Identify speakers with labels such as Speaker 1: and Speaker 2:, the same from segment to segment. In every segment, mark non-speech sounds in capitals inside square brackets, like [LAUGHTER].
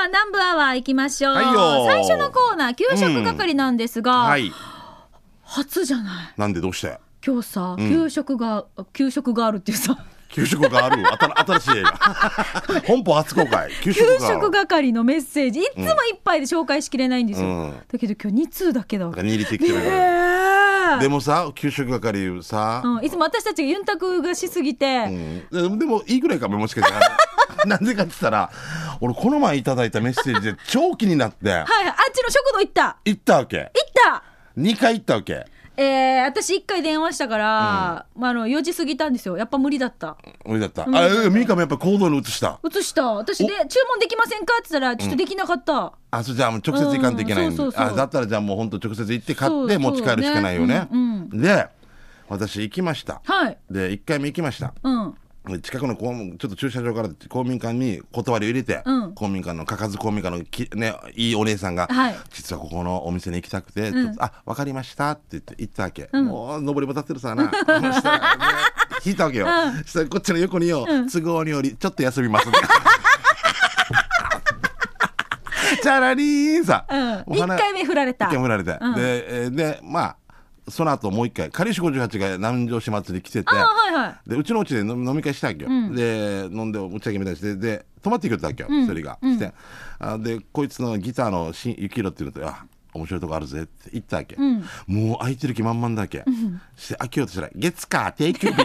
Speaker 1: は南部アワー行きましょう、
Speaker 2: はいよ
Speaker 1: 最初のコーナー給食係なんですが、
Speaker 2: はい。
Speaker 1: 初じゃない
Speaker 2: なんでどうして
Speaker 1: 今日さ、
Speaker 2: ん
Speaker 1: 給食が給食があるっていうさ
Speaker 2: 給食がある [LAUGHS] あた新しい映画。 [LAUGHS] 本邦初公開。
Speaker 1: [LAUGHS]
Speaker 2: 給
Speaker 1: 給
Speaker 2: 食がある。
Speaker 1: 食係のメッセー [LAUGHS] ジいつも一杯で紹介しきれないんですよ、
Speaker 2: うん
Speaker 1: だけど今日2通だけだわ
Speaker 2: なんか
Speaker 1: け、
Speaker 2: 握りてきてる
Speaker 1: え
Speaker 2: から。
Speaker 1: え
Speaker 2: でもさ、給食係さ、
Speaker 1: うん、いつも私たちがユンタクがしすぎて、
Speaker 2: うん、でもいいぐらいかももしかしたら [LAUGHS] なんでかって言ったら俺この前いただいたメッセージで超気になって
Speaker 1: はいはいあっちの食堂行った
Speaker 2: 行ったわけ
Speaker 1: 行った
Speaker 2: 2回行ったわけ
Speaker 1: えー、私1回電話したから、まあ、あの4時過ぎたんですよやっぱ無理だった
Speaker 2: 俺だった、
Speaker 1: ん
Speaker 2: あえミリカもやっぱ行動に移した
Speaker 1: 移した私で注文できませんかって言ったらちょっとできなかった、
Speaker 2: あそれじゃあもう直接行かんといけない
Speaker 1: うん
Speaker 2: んで、
Speaker 1: そうそうそう
Speaker 2: あだったらじゃあもう本当直接行って買
Speaker 1: そう
Speaker 2: っ
Speaker 1: そ
Speaker 2: て
Speaker 1: う
Speaker 2: 持ち帰るしかないよね
Speaker 1: ねうん
Speaker 2: で私行きました
Speaker 1: はい
Speaker 2: で1回目行きました
Speaker 1: うん
Speaker 2: で近くの公務ちょっと駐車場から公民館に断りを入れて、
Speaker 1: うん
Speaker 2: 公民館のかかず公民館のき、ね、いいお姉さんが、
Speaker 1: はい
Speaker 2: 実はここのお店に行きたくて、
Speaker 1: ん
Speaker 2: ちょっとあ分かりましたって言って行ったわけ、
Speaker 1: ん
Speaker 2: もう上りも立ってるさなそしたらね引いたわけよ、
Speaker 1: うん
Speaker 2: したらこっちの横によ、
Speaker 1: うん
Speaker 2: 都合によりちょっと休みます
Speaker 1: [LAUGHS]
Speaker 2: [LAUGHS] チャラリーンさ、
Speaker 1: うん
Speaker 2: お花
Speaker 1: 1回目振られた
Speaker 2: 一回もられて、
Speaker 1: うん
Speaker 2: でえーでまあその後もう一回かりし58が南城市祭り来てて
Speaker 1: ああはいはい
Speaker 2: でうちのうちで飲み飲み会したわけよ、
Speaker 1: うん
Speaker 2: で飲んで持ち上げみたいにしてで泊まっていくってわけよ
Speaker 1: うん
Speaker 2: 一人が、
Speaker 1: うん
Speaker 2: してあでこいつのギターのしゆきひろっていうのとあ面白いとこあるぜって言ったわけ、
Speaker 1: ん
Speaker 2: もう空いてる気満々だわけ、して開けようとしたら「月か定休日」って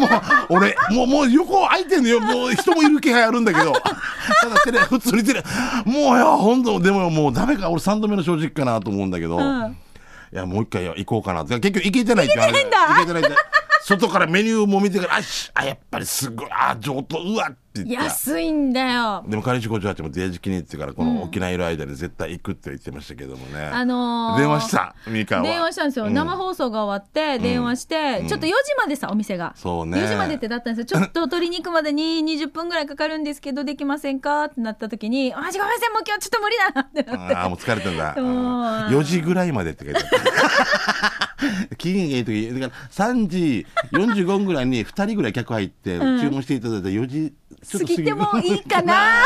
Speaker 2: もう俺もうもう横空いてんのよもう人もいる気配あるんだけどただテレ普通にテレもうよ本当でももうダメか俺3度目の正直かなと思うんだけど、
Speaker 1: うん
Speaker 2: いや、もう一回よ行こうかなって。結局行けてないって言われ
Speaker 1: 行
Speaker 2: て。
Speaker 1: けてないんだ
Speaker 2: 行けてないって。外からメニューも見てから、あし、あ、やっぱりすごい、あ、上等、うわって言って。
Speaker 1: 安いんだよ
Speaker 2: でも、彼氏58もデージ気に入ってから、この沖縄いる間に絶対行くって言ってましたけどもね。
Speaker 1: あのー
Speaker 2: 電話した、ミカは。
Speaker 1: 電話したんですよ、
Speaker 2: うん
Speaker 1: 生放送が終わって電話して、ちょっと4時までさお店が
Speaker 2: そうね
Speaker 1: 4時までってだったん
Speaker 2: [LAUGHS]
Speaker 1: ですよちょっと取りに行くまでに20分ぐらいかかるんですけどできませんかってなった時に「あごめんなさいもう今日ちょっと無理だな」ってなって
Speaker 2: ああ、もう疲れてん
Speaker 1: [LAUGHS]
Speaker 2: だ。
Speaker 1: そう
Speaker 2: 4時ぐらいまでって書いてあ
Speaker 1: [LAUGHS]
Speaker 2: る。期限がいい時、だから3時45分ぐらいに2人ぐらい客入って、
Speaker 1: うん
Speaker 2: 注文していただいた4時、ち
Speaker 1: 過
Speaker 2: ょっと
Speaker 1: ぎてもいいかな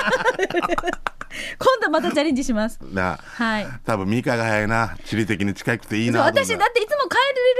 Speaker 1: 今度またチャレンジします
Speaker 2: [LAUGHS] なあ
Speaker 1: はい
Speaker 2: 多分ミカが早いな地理的に近くていい
Speaker 1: そう
Speaker 2: な
Speaker 1: 私だっていつも帰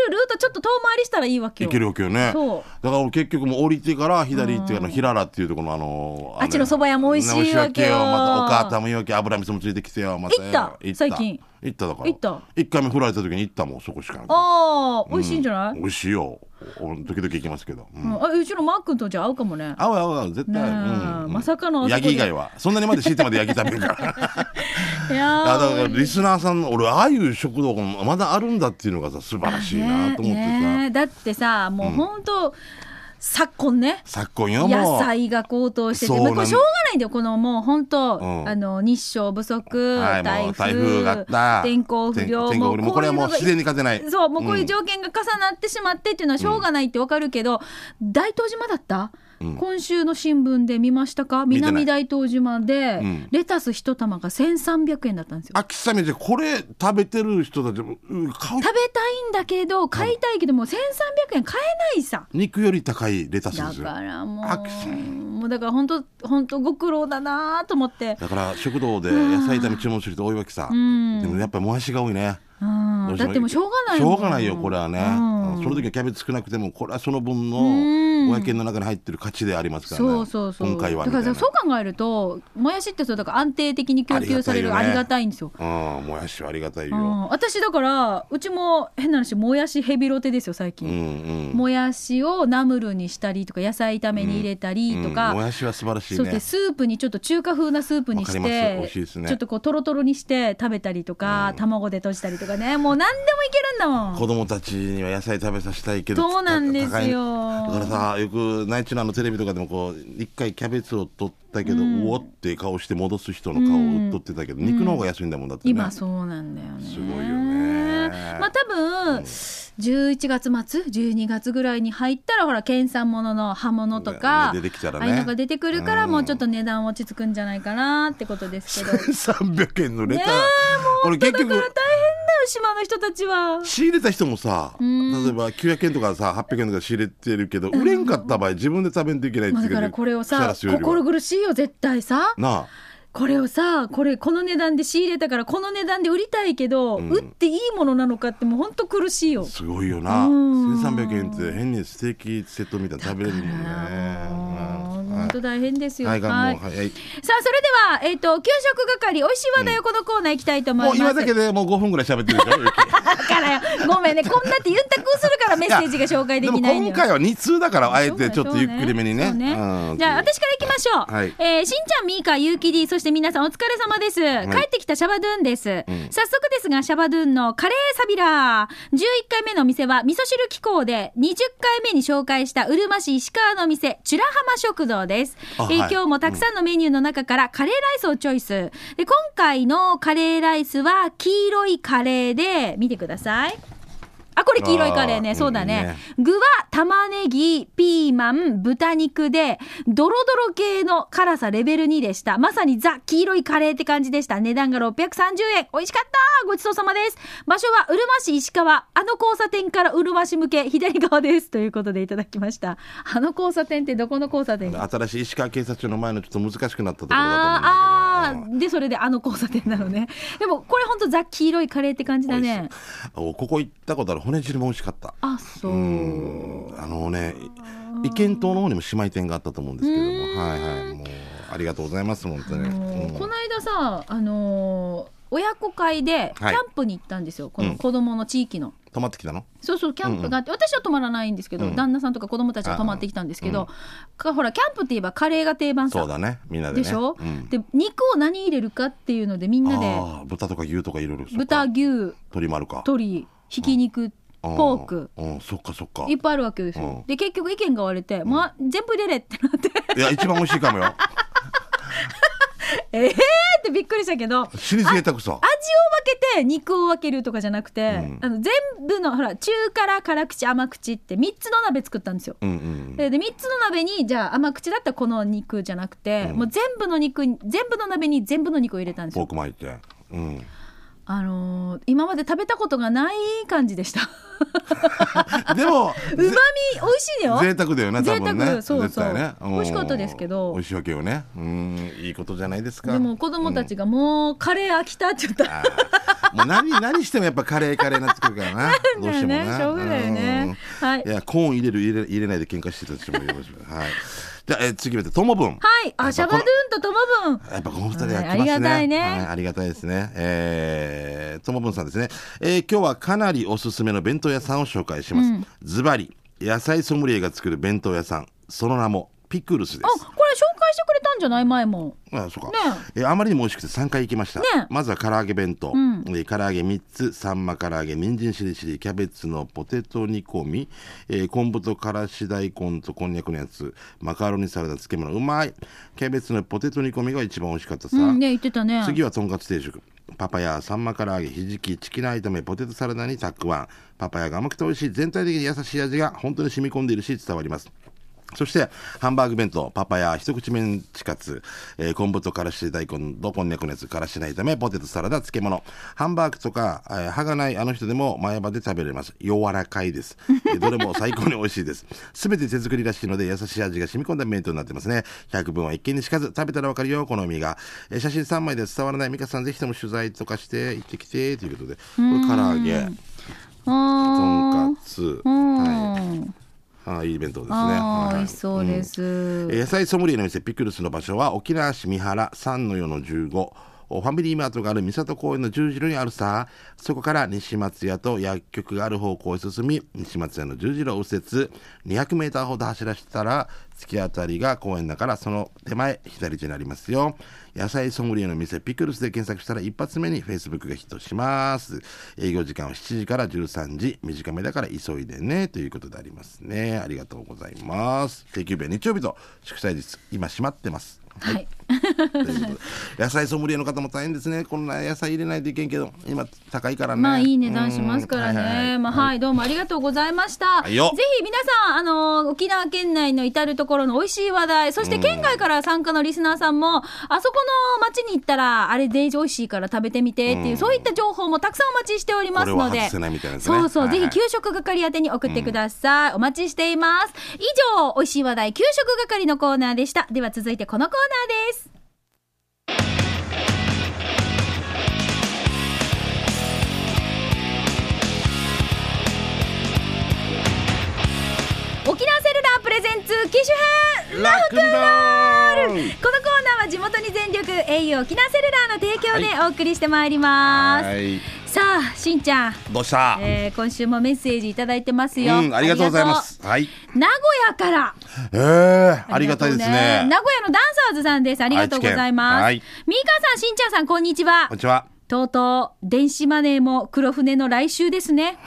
Speaker 1: れるルートちょっと遠回りしたらいいわけ
Speaker 2: 行
Speaker 1: よ
Speaker 2: けるわけよね
Speaker 1: そう
Speaker 2: だから俺結局もう降りてから左行ってから平原っていうところのあの
Speaker 1: あっちの蕎麦屋も美味しい
Speaker 2: ね
Speaker 1: わけよ
Speaker 2: またお母さんもいいわけ油味噌もついてきてよまたよ
Speaker 1: 行った最近
Speaker 2: 行っただから
Speaker 1: 行った
Speaker 2: 一回目振られた時に行ったもんそこしかない
Speaker 1: ああ美味しいんじゃない、
Speaker 2: 美味しいよ俺時々行きますけど、うん
Speaker 1: うんあうちのマー君とじゃあ合うかもね
Speaker 2: 合う合う合う絶対、
Speaker 1: ねえ
Speaker 2: うんうん
Speaker 1: まさかのあそこ
Speaker 2: ヤ
Speaker 1: で
Speaker 2: ギ以外はそんなにまで敷いてまでヤギ食べるから
Speaker 1: [LAUGHS] いやー
Speaker 2: あだからリスナーさんの俺ああいう食堂がまだあるんだっていうのがさ素晴らしいなと思ってさ、
Speaker 1: ねねだってさもう本当、昨今ね
Speaker 2: 昨今よも
Speaker 1: 野
Speaker 2: う
Speaker 1: 菜が高騰してて、
Speaker 2: そう
Speaker 1: ま
Speaker 2: な
Speaker 1: あ、
Speaker 2: ん
Speaker 1: これしょうがないんだよこのもう本当、
Speaker 2: うん
Speaker 1: あの日照不足、
Speaker 2: はいも
Speaker 1: 台
Speaker 2: う
Speaker 1: 風
Speaker 2: 台風があった
Speaker 1: 天候不良
Speaker 2: 天天候不良もうこれはもう自然に勝てない
Speaker 1: そうもうこういう条件が重なってしまってっていうのはしょうがないってわかるけど、大東島だった、
Speaker 2: ん
Speaker 1: 今週の新聞で見ましたか
Speaker 2: てない
Speaker 1: 南大東島で、
Speaker 2: うん
Speaker 1: レタス一玉が1300円だったんですよ
Speaker 2: 秋雨でこれ食べてる人たちもう買
Speaker 1: 食べ
Speaker 2: う
Speaker 1: たいんだけど買いたいけどもう1300円買えないさ
Speaker 2: 肉より高いレタスで
Speaker 1: だ
Speaker 2: すよ
Speaker 1: からも
Speaker 2: アクセ
Speaker 1: うもうだから本当本当ご苦労だなと思って、
Speaker 2: だから食堂で野菜炒め注文する人多いわけさ、
Speaker 1: ん
Speaker 2: でもやっぱりもやしが多いね
Speaker 1: うん、だってもうしょうがない
Speaker 2: し
Speaker 1: も
Speaker 2: ょ
Speaker 1: ん
Speaker 2: うがないよこれはね、
Speaker 1: うん
Speaker 2: うんその時はキャベツ少なくてもこれはその分
Speaker 1: うん
Speaker 2: の500円の中に入ってる価値でありますからね
Speaker 1: そうそうそう
Speaker 2: 今回は
Speaker 1: だ
Speaker 2: み
Speaker 1: か
Speaker 2: たい
Speaker 1: ら
Speaker 2: な
Speaker 1: さそう考えるともやしってそうだから安定的に供給されるあ
Speaker 2: あ
Speaker 1: り
Speaker 2: りがたいよね
Speaker 1: がたいんですよ
Speaker 2: うんもやしはありがたいうよ、
Speaker 1: ん、私だからうちも変な話もやしヘビロテですよ最
Speaker 2: うん、
Speaker 1: 近、
Speaker 2: うん
Speaker 1: もやしをナムルにしたりとか野菜炒めに入れたりとか、
Speaker 2: うんもやしは素晴らしい
Speaker 1: そうで
Speaker 2: ね
Speaker 1: スープにちょっと中華風なスープにし
Speaker 2: わかります美
Speaker 1: て
Speaker 2: 味しいですね
Speaker 1: ちょっとこうとろとろにして食べたりとか、卵で閉じたりとかねもう何でもいけるんだもん
Speaker 2: 子供たちには野菜食べさせたいけど
Speaker 1: そうなんですよ
Speaker 2: 高いだからさよくナイチュラのテレビとかでもこう一回キャベツを取ったけど、うおって顔して戻す人の顔を取ってたけど、肉の方が安いんだもんだって、ね、
Speaker 1: 今そうなんだよね
Speaker 2: すごいよね
Speaker 1: まあ多分、11月末12月ぐらいに入ったらほら県産ものの葉物とか、
Speaker 2: ね出てきたらね
Speaker 1: ああいうのが出てくるから、
Speaker 2: うん
Speaker 1: もうちょっと値段落ち着くんじゃないかなってことですけどね
Speaker 2: 300円のレター、
Speaker 1: えもう
Speaker 2: これ
Speaker 1: [LAUGHS]
Speaker 2: 結
Speaker 1: だから大変
Speaker 2: 局
Speaker 1: だよる島の人たち
Speaker 2: [LAUGHS]
Speaker 1: は
Speaker 2: 仕入れた人もさ
Speaker 1: ん
Speaker 2: 例えば900円とかさ800円とか仕入れてるけど売れんかった場合自分で食べんといけないって
Speaker 1: まあ
Speaker 2: 言
Speaker 1: だ
Speaker 2: う
Speaker 1: から
Speaker 2: けど
Speaker 1: これを
Speaker 2: シャ
Speaker 1: さ
Speaker 2: ラスよりは
Speaker 1: 心苦しいよ絶対さ
Speaker 2: な
Speaker 1: これをさこれこの値段で仕入れたからこの値段で売りたいけど、
Speaker 2: ん
Speaker 1: 売っていいものなのかってもう本当苦しいよ
Speaker 2: あすごいよな
Speaker 1: うん
Speaker 2: 1300円って変にステーキセットみたいなの食べれるもんね
Speaker 1: もう
Speaker 2: うんは
Speaker 1: 本当大変です
Speaker 2: い
Speaker 1: よ、
Speaker 2: はいが
Speaker 1: はい
Speaker 2: もうはい
Speaker 1: さあそれでは、えっと給食係おいしい話題をこのコーナー行きたいと思い
Speaker 2: も
Speaker 1: ま
Speaker 2: う
Speaker 1: す、
Speaker 2: 今だけ
Speaker 1: だ
Speaker 2: でもう5分ぐらい喋ってるでし
Speaker 1: [LAUGHS]
Speaker 2: ょゆき
Speaker 1: からよごめんねこんなってゆったくするからメッセージが紹介でき
Speaker 2: でも
Speaker 1: ないの
Speaker 2: 今
Speaker 1: よ
Speaker 2: 回は2通だからあえてちょっとゆっくりめにね
Speaker 1: そう
Speaker 2: うん
Speaker 1: じゃあ私から行きましょう、
Speaker 2: はい
Speaker 1: えーしんちゃんみーかゆうきりそして皆さんお疲れ様です、帰ってきたシャバドゥンです、早速ですがシャバドゥンのカレーサビラー11回目のお店は味噌汁機構で20回目に紹介したうるま市石川のお店チュラハマ食堂です、え
Speaker 2: あ
Speaker 1: ー
Speaker 2: はい
Speaker 1: 今日もたくさんのメニューの中からカレーライスをチョイスで今回のカレーライスは黄色いカレーで見てくださいあこれ黄色いカレー
Speaker 2: あ
Speaker 1: ね
Speaker 2: ー
Speaker 1: そうだ
Speaker 2: いい
Speaker 1: ね
Speaker 2: ね
Speaker 1: 具は玉ねぎピーマン豚肉でドロドロ系の辛さレベル2でしたまさにザ黄色いカレーって感じでした値段が630円美味しかったごちそうさまです場所はうるま市石川あの交差点からうるま市向け左側ですということでいただきましたあの交差点ってどこの交差点あ
Speaker 2: 新しい石川警察署の前のちょっと難しくなったところ
Speaker 1: あー
Speaker 2: だと思うんだけど
Speaker 1: あーでそれであの交差点なのねでもこれほんとザ黄色いカレーって感じだね
Speaker 2: うんおここ行ったことある骨汁も美味しかった
Speaker 1: あそう
Speaker 2: うんあのね意見島の方にも姉妹店があったと思うんですけどもはいはいもうありがとうございます本当に、
Speaker 1: もう
Speaker 2: うん
Speaker 1: この間さ、あのー親子会でキャ
Speaker 2: はい
Speaker 1: ンプに行ったんですよ、こ
Speaker 2: う
Speaker 1: の
Speaker 2: ん
Speaker 1: 子供の地域の。
Speaker 2: 泊まってきたの
Speaker 1: そうそうキャンプがあって、私は泊まらないんですけど、
Speaker 2: うん
Speaker 1: 旦那さんとか子供たちは泊まってきたんですけど、かほらキャンプって言えばカレーが定番さ
Speaker 2: そうだねみんなでね
Speaker 1: でしょ、
Speaker 2: うん、
Speaker 1: で肉を何入れるかっていうのでみんなで
Speaker 2: ああ豚とか牛とかいろいろ
Speaker 1: 豚牛
Speaker 2: 鶏丸か
Speaker 1: 鶏ひき肉、ポーク
Speaker 2: うんうんそっかそっか
Speaker 1: いっぱいあるわけですよ、
Speaker 2: うん
Speaker 1: で結局意見が割れて、まあ、全部入れれってなって
Speaker 2: いや一番美味しいかもよ
Speaker 1: ええーってびっくりしたけど
Speaker 2: シリーズ贅沢
Speaker 1: 味
Speaker 2: さ
Speaker 1: を分けて肉を分けるとかじゃなくて、
Speaker 2: うん
Speaker 1: あの全部のほら中辛辛口甘口って3つの鍋作ったんですよ。
Speaker 2: うんうん
Speaker 1: でで3つの鍋にじゃあ甘口だったらこの肉じゃなくて、
Speaker 2: うん
Speaker 1: もう全部の肉に全部の鍋に全部の肉を入れたんです
Speaker 2: ポー
Speaker 1: よ。
Speaker 2: ク巻いてうん
Speaker 1: あのー今まで食べたことがない感じで
Speaker 2: [LAUGHS]
Speaker 1: した。
Speaker 2: で
Speaker 1: う
Speaker 2: も
Speaker 1: まみ美味しいのよ。
Speaker 2: 贅沢だよね多分
Speaker 1: 贅
Speaker 2: ね
Speaker 1: 沢そうそう
Speaker 2: 絶対ねうん
Speaker 1: 美味しかったですけど
Speaker 2: 美味しいわけよねうんいいことじゃないですか
Speaker 1: でも子供たちがもうカレー飽きたって言ったら、
Speaker 2: あーも
Speaker 1: [LAUGHS]
Speaker 2: う何何してもやっぱカレーカレーになってくるからなどうしてもな
Speaker 1: しょうがないよね。はい
Speaker 2: うんいやコーン入れる入れ入れないで喧嘩してた人もいるしはいじゃあえー次見てともぶん
Speaker 1: はい、あシャバドゥンとトモブン。
Speaker 2: やっぱこの二人は来ますね。
Speaker 1: はいありがたいね
Speaker 2: はいありがたいですね。えー、ともぶんさんですね。えー今日はかなりおすすめの弁当屋さんを紹介します。ズバリ、野菜ソムリエが作る弁当屋さん。その名も、ピクルスで
Speaker 1: あこれ
Speaker 2: す。
Speaker 1: 紹介してくれたんじゃない前も。
Speaker 2: あそう
Speaker 1: ね
Speaker 2: か、えーあまりにも美味しくて3回行きました、
Speaker 1: ね
Speaker 2: まずは唐揚げ弁当、
Speaker 1: ん
Speaker 2: えー唐揚げ3つさんま唐揚げ人参しりしりキャベツのポテト煮込み、えー昆布とからし大根とこんにゃくのやつマカロニサラダ漬物うまいキャベツのポテト煮込みが一番美味しかったさ、
Speaker 1: うんね言ってたね。
Speaker 2: 次はとんかつ定食パパヤサンマ唐揚げひじきチキン炒めポテトサラダにたくあんパパヤが甘くて美味しい全体的に優しい味が本当に染み込んでいるし伝わりますそしてハンバーグ弁当パパヤ一口メンチカツ、えー昆布とからし大根とこんにゃくのやつからしない炒めポテトサラダ漬物ハンバーグとか、えー歯がないあの人でも前歯で食べれます柔らかいです、えーどれも最高に美味しいです [LAUGHS] 全て手作りらしいので優しい味が染み込んだ弁当になってますね100分は一見にしかず食べたらわかるよ好みが、えー写真3枚では伝わらない美香さんぜひとも取材とかして行ってきてということでこれ唐揚げ
Speaker 1: あ
Speaker 2: と
Speaker 1: ー
Speaker 2: んかつ
Speaker 1: うん。
Speaker 2: あーいい弁当ですね
Speaker 1: あ
Speaker 2: はい
Speaker 1: あ、
Speaker 2: はい
Speaker 1: 美味しそうです。
Speaker 2: えー野菜ソムリエの店ピクルスの場所は沖縄市三原3の4の15おファミリーマートがある三郷公園の十字路にあるさそこから西松屋と薬局がある方向へ進み西松屋の十字路を右折 200m ほど走らせたら突き当たりが公園だからその手前左手になりますよ野菜ソムリエの店ピクルスで検索したら一発目に Facebook がヒットします営業時間は7時から13時短めだから急いでねということであります
Speaker 1: [LAUGHS]
Speaker 2: ねありがとうございます定休日は日曜日と祝祭日今閉まってます
Speaker 1: はい。
Speaker 2: ということで野菜ソムリエの方も大変ですねこんな野菜入れないといけんけど今高いからね
Speaker 1: まあいい値段しますからね。
Speaker 2: うんはいはいはい
Speaker 1: まあはい、どうもありがとうございました。
Speaker 2: いよ
Speaker 1: ぜひ皆さん、あのー沖縄県内の至るところの美味しい話題、そして県外から参加のリスナーさんも、あそこの町に行ったら、あれデージ美味しいから食べてみてっていう、そういった情報もたくさんお待ちしておりますの
Speaker 2: これ
Speaker 1: で。
Speaker 2: は外せないみたいなやつね
Speaker 1: そうそう、
Speaker 2: はいはい
Speaker 1: ぜひ給食係宛てに送ってください。お待ちしています。以上、美味しい話題、給食係のコーナーでした。では続いてこのコーナーです。沖縄セルラープレゼンツ機種編
Speaker 2: ラックン
Speaker 1: こ
Speaker 2: ロール
Speaker 1: のコーナーは地元に全力 au 沖縄セルラーの提供でお送りしてまいります、
Speaker 2: はい
Speaker 1: さあしんちゃん、
Speaker 2: どうした、
Speaker 1: えー今週もメッセージいただいてますよ、
Speaker 2: うんありがとうございますは
Speaker 1: あ
Speaker 2: い
Speaker 1: りがとう名古屋から
Speaker 2: ええありがたいですね
Speaker 1: 名古屋のダンサーズさんですありがとうございます
Speaker 2: 愛知県
Speaker 1: ミーカーさんしんちゃんさんこんにちは
Speaker 2: こんにちは
Speaker 1: とうとう電子マネーも黒船の来週です
Speaker 2: [LAUGHS]
Speaker 1: ね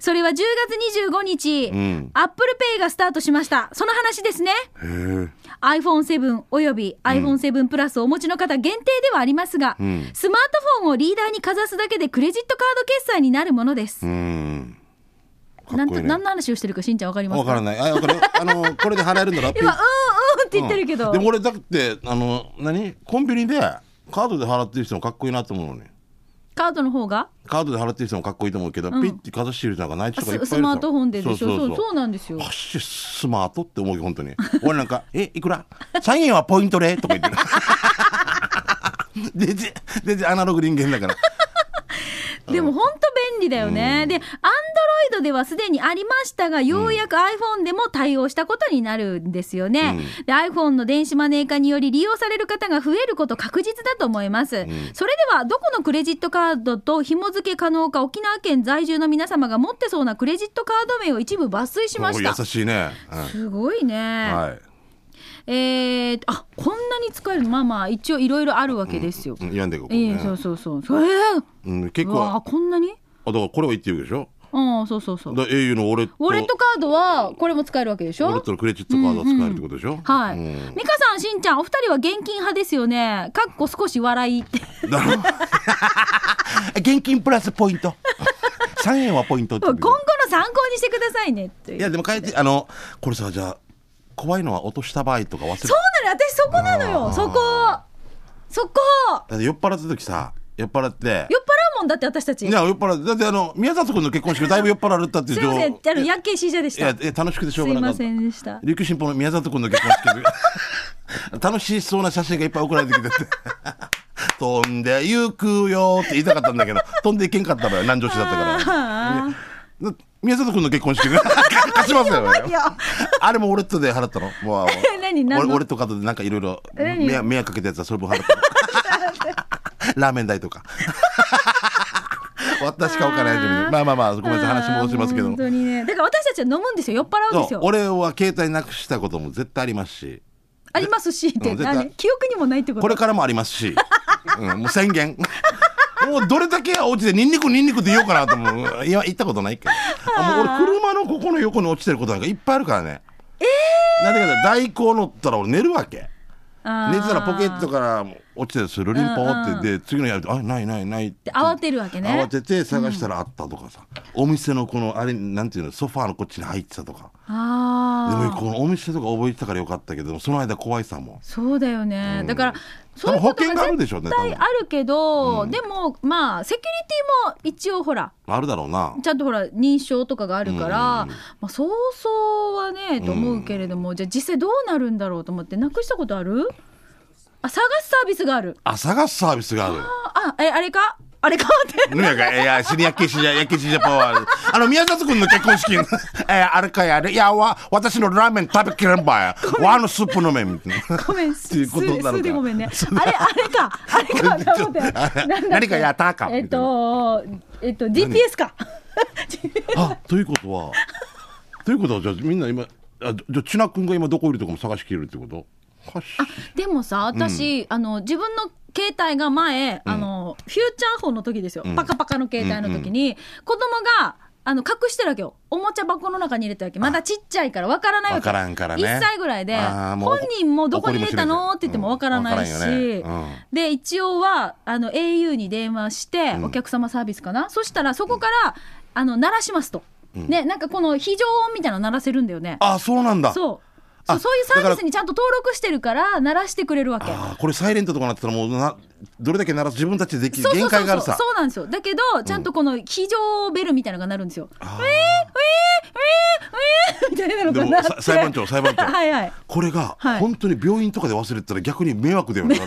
Speaker 1: それは10月25日、
Speaker 2: ん
Speaker 1: アップルペイがスタートしましたその話ですね
Speaker 2: へえ
Speaker 1: iPhone7 および iPhone7 プラスをお持ちの方限定ではありますが、
Speaker 2: ん
Speaker 1: スマートフォンをリーダーにかざすだけでクレジットカード決済になるものです、
Speaker 2: うんか
Speaker 1: な
Speaker 2: っ
Speaker 1: ん
Speaker 2: こいい
Speaker 1: と
Speaker 2: ね
Speaker 1: 何の話をしてるかしんちゃんわかります
Speaker 2: わから
Speaker 1: い
Speaker 2: ないあ
Speaker 1: [LAUGHS]
Speaker 2: わかるあのこれで払えるんだろ
Speaker 1: 今うんうんって言ってるけど、
Speaker 2: うんでも俺だってあの何コンビニでカードで払ってる人もかっこいいなと思うのね
Speaker 1: カードの方が
Speaker 2: カードで払ってる人もかっこいいと思うけど、
Speaker 1: ん
Speaker 2: ピッてかざしてる人なんかない人がいっぱいい
Speaker 1: スス
Speaker 2: るじゃん
Speaker 1: マートフォンででしょそう
Speaker 2: そうそうそう
Speaker 1: そうなんですよ
Speaker 2: ハッシュスマートって思うよ本当に俺なんか「えいくら ?3 円はポイントで」とか言ってる [LAUGHS] 全然全然アナログ人間だから
Speaker 1: でも本当便利だよね。で、アンドロイドではすでにありましたが、ようやく iPhone でも対応したことになるんですよね。で、iPhone の電子マネー化により利用される方が増えること確実だと思います。それでは、どこのクレジットカードと紐付け可能か、沖縄県在住の皆様が持ってそうなクレジットカード名を一部抜粋しまし
Speaker 2: お
Speaker 1: た
Speaker 2: 優。しいね、
Speaker 1: すごいね。
Speaker 2: うんはい
Speaker 1: えーと、あ、こんなに使えるのまあまあ、一応いろいろあるわけですよ。
Speaker 2: うん読んでいこうか
Speaker 1: ええ
Speaker 2: ね
Speaker 1: そうそうそう。えー、
Speaker 2: うん、結
Speaker 1: う
Speaker 2: 構
Speaker 1: わあ
Speaker 2: あ
Speaker 1: こんなに
Speaker 2: だからこれは言ってるでしょ
Speaker 1: うん、そうそうそう。
Speaker 2: だ au の俺と
Speaker 1: ウォレットカードはこれも使えるわけでし
Speaker 2: ウォレッ
Speaker 1: ょ
Speaker 2: トのクレジットカードが使えるってことでしょ、
Speaker 1: はい、
Speaker 2: う
Speaker 1: 美
Speaker 2: ん
Speaker 1: 香さんしんちゃんお二人は現金派ですよねかっこ少し笑いって
Speaker 2: だろ [LAUGHS] 現金プラスポイント3円はポイントって
Speaker 1: 今後の参考にしてくださいねっていう
Speaker 2: いやでも帰ってあのこれさじゃあ怖いのは落とした場合とか忘れて
Speaker 1: そうなの私そこなのよ
Speaker 2: あー
Speaker 1: そこそこ
Speaker 2: だって酔っ払った時さ酔っ払って
Speaker 1: 酔っ払うもんだって私たち
Speaker 2: いや酔っ払ってだってあの宮里君の結婚式だいぶ酔っ払われたってい
Speaker 1: す
Speaker 2: う
Speaker 1: いませんあの
Speaker 2: い
Speaker 1: ヤッケーシージャーでした
Speaker 2: やいや楽しくてしょう
Speaker 1: すい
Speaker 2: がなか
Speaker 1: ま
Speaker 2: った
Speaker 1: せんでした
Speaker 2: 琉球新報の宮里君の結婚式 [LAUGHS] 楽しそうな写真がいっぱい送られてきて [LAUGHS] て飛んでゆくよって言いたかったんだけど飛んでいけんかったのよ南城市だったから
Speaker 1: あ
Speaker 2: な宮里君の結婚式 [LAUGHS] 勝ちますよ
Speaker 1: あいや
Speaker 2: あれも俺とで払ったのもう
Speaker 1: 何何
Speaker 2: 俺
Speaker 1: の
Speaker 2: 俺とかでなんかいろいろ
Speaker 1: 何
Speaker 2: 迷惑迷惑かけたやつはそれも払ったの
Speaker 1: [LAUGHS]
Speaker 2: ラーメン代とか私しかお金ないみたいなまあまあまあごめんなさい話戻しますけ
Speaker 1: あー
Speaker 2: ど
Speaker 1: 本当にねだから私たちは飲むんですよ酔っ払うんです
Speaker 2: そ
Speaker 1: よ
Speaker 2: う俺は携帯なくしたことも絶対ありますし
Speaker 1: ありますしって
Speaker 2: うん絶対
Speaker 1: 何記憶にもないってこと
Speaker 2: これからもありますし、うん、もう宣言もうどれだけお家でニンニクニンニクって言おうかなと思ういや言ったことないけどあもう俺車のここの横に落ちてることなんかいっぱいあるからねええなんでかって代行乗ったら俺寝るわけ
Speaker 1: あー
Speaker 2: 寝てたらポケットから落ちてるスルリンポーってで次の日やると「あないないない」って
Speaker 1: 慌てるわけね
Speaker 2: 慌てて探したらあったとかさ、お店のこのあれなんていうのソファーのこっちに入ってたとか
Speaker 1: あ
Speaker 2: で
Speaker 1: あ
Speaker 2: もこのお店とか覚えてたからよかったけどその間怖いさも
Speaker 1: そうだよね、だからそう
Speaker 2: 分
Speaker 1: いうこと
Speaker 2: 保険があるでしょう
Speaker 1: 絶
Speaker 2: ね
Speaker 1: 対あるけど、でもまあセキュリティも一応ほら
Speaker 2: あるだろうな
Speaker 1: ちゃんとほら認証とかがあるから、
Speaker 2: うん
Speaker 1: まあ、そうそうはねと思うけれども、じゃあ実際どうなるんだろうと思ってなくしたことあるあ探すサービスがある
Speaker 2: あ探すサービスがある
Speaker 1: ああえあれかあれかって
Speaker 2: ねえいや、死にやけしじゃ、やけしじゃパワー。あの、宮里君の結婚式の、えーあれかやれ。いや、わ、私のラーメン食べきれんばや。わのスープ飲め、みたいな。
Speaker 1: ごめん
Speaker 2: ていうことになるから
Speaker 1: すすでごめんねあれあれかあれかと思って
Speaker 2: ちょっと
Speaker 1: な
Speaker 2: あ
Speaker 1: んだっけ
Speaker 2: 何かやったか
Speaker 1: えっとえっと GPS か
Speaker 2: あ、ということは、ということは、じゃあみんな今、あじゃあ、千奈君が今どこいるとかも探しきれるってことはっし
Speaker 1: でもさ私、あの自分の携帯が前、あのフューチャーフォンの時ですよ、パカパカの携帯の時に、子供があの隠してるわけよおもちゃ箱の中に入れてるわけまだちっちゃいからわからないわけ
Speaker 2: わからんからね
Speaker 1: 1歳ぐらいで
Speaker 2: あーもう
Speaker 1: 本人もどこに入れたの
Speaker 2: 怒りもしないし
Speaker 1: って言ってもわからないし、
Speaker 2: うんわからんよねうん
Speaker 1: で一応はあの au に電話して、
Speaker 2: うん
Speaker 1: お客様サービスかなそしたらそこから、あの鳴らしますと、
Speaker 2: うん
Speaker 1: ねなんかこの非常音みたいなの鳴らせるんだよね
Speaker 2: あそうなんだ
Speaker 1: そうそ
Speaker 2: あ
Speaker 1: うそういうサー
Speaker 2: だ
Speaker 1: ビ
Speaker 2: か
Speaker 1: スにちゃんと登録してるから鳴らしてくれるわけ
Speaker 2: あーこれサイレントとかなってたらもうなどれだけ鳴らす自分たちででき
Speaker 1: そうそ
Speaker 2: 限
Speaker 1: うそう
Speaker 2: 界があ
Speaker 1: そう
Speaker 2: るさ
Speaker 1: そうなんですよだけどちゃんとこの非常ベルみたいなのが鳴るんですよ、
Speaker 2: あ
Speaker 1: みたいな
Speaker 2: ー
Speaker 1: の
Speaker 2: で
Speaker 1: が
Speaker 2: も
Speaker 1: 鳴って
Speaker 2: さ裁判長裁判長
Speaker 1: はいはい
Speaker 2: これが
Speaker 1: はい
Speaker 2: 本当に病院とかで忘れてたら逆に迷惑だよね。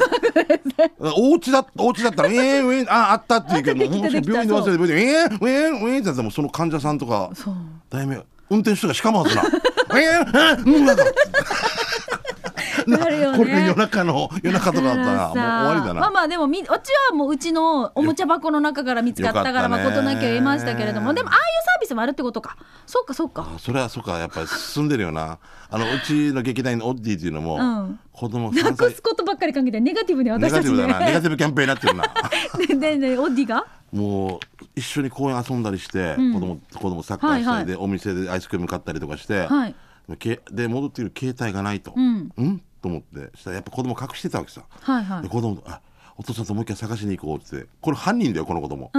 Speaker 2: お家だお家だったら「えー、えー、ああった」って言うけど
Speaker 1: あできた
Speaker 2: もし
Speaker 1: できた
Speaker 2: 病院で忘れて「えー、えー、えー」ってなったらもうその患者さんとか
Speaker 1: そう
Speaker 2: 大名運転手とかしかもはずな「えー、えー、うんなんだ」
Speaker 1: なるよね
Speaker 2: これ夜中の夜中とかだった
Speaker 1: だから
Speaker 2: らもう終わり
Speaker 1: さ
Speaker 2: だな。
Speaker 1: まあまあでもみうちはもううちのおもちゃ箱の中から見つかったから
Speaker 2: よか
Speaker 1: ま
Speaker 2: った
Speaker 1: あ
Speaker 2: ね
Speaker 1: ことなきを得ましたけれどもでもああいうサービスもあるってことかそうかそうか
Speaker 2: あそれはそうかやっぱり進んでるよなあのうちの劇団員のオッディっていうのも、
Speaker 1: うん
Speaker 2: 子供
Speaker 1: な
Speaker 2: 3
Speaker 1: く
Speaker 2: 歳
Speaker 1: すことばっかり考えてネガティブね
Speaker 2: ネ
Speaker 1: 私
Speaker 2: ガ
Speaker 1: た
Speaker 2: テ
Speaker 1: ち
Speaker 2: ィブだなネガ
Speaker 1: ね
Speaker 2: ティブキャンペーンになってるな
Speaker 1: でででオッディが
Speaker 2: もう一緒に公園遊んだりして、子供子供サッカーしたりで、お店でアイスクリーム買ったりとかして、
Speaker 1: はい
Speaker 2: けで戻ってくる携帯がないと、
Speaker 1: ん
Speaker 2: と思ってしたらやっぱ子供隠してたわけさ、
Speaker 1: はいは
Speaker 2: で
Speaker 1: い
Speaker 2: 子供とあお父さんともう一回探しに行こうってこれ犯人だよこの子供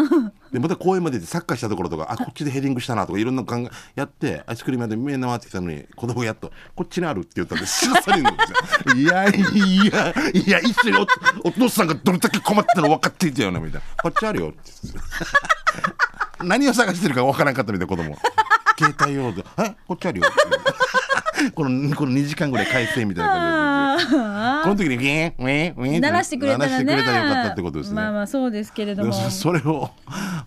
Speaker 2: でまた公園まで行ってサッカーしたところとかあこっちでヘディングしたなとかいろんなの考えやってアイスクリーム屋で目回ってきたのに子供がやっと「こっちにある」って言ったんですぐ去りに行くんですよいやいやいや一緒におお父さんがどれだけ困ってたの分かっていたよなみたいな「こっちあるよ」って言って何を探してるか分からんかったみたいな子供携帯用で「えこっちあるよ」ってこのこの2時間ぐらい返せみたいな感じで。
Speaker 1: あ
Speaker 2: この時にウィーンウィーンウィ
Speaker 1: ー
Speaker 2: ーンって
Speaker 1: 鳴らしてくれたらね
Speaker 2: 鳴らしてくれたらよかったってことですね。
Speaker 1: まあまあそうですけれど
Speaker 2: で
Speaker 1: も
Speaker 2: もそ [LAUGHS] それを